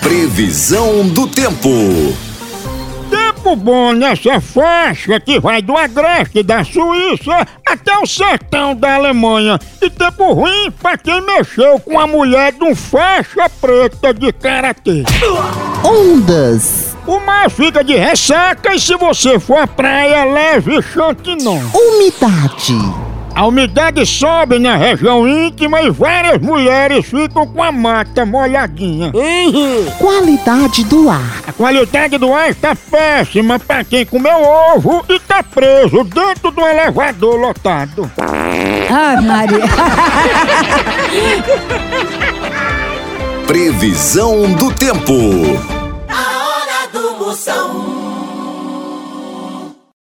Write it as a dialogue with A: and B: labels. A: Previsão do tempo.
B: Tempo bom né? nessa faixa que vai do agreste da Suíça até o sertão da Alemanha. E tempo ruim pra quem mexeu com a mulher de um faixa preta de karatê.
C: Ondas.
B: O mar fica de ressaca e se você for à praia, leve chantinon.
C: Umidade.
B: A umidade sobe na região íntima e várias mulheres ficam com a mata molhadinha.
C: Qualidade do ar.
B: A qualidade do ar está péssima para quem comeu ovo e tá preso dentro do elevador lotado.
D: Ah, Maria.
A: Previsão do tempo.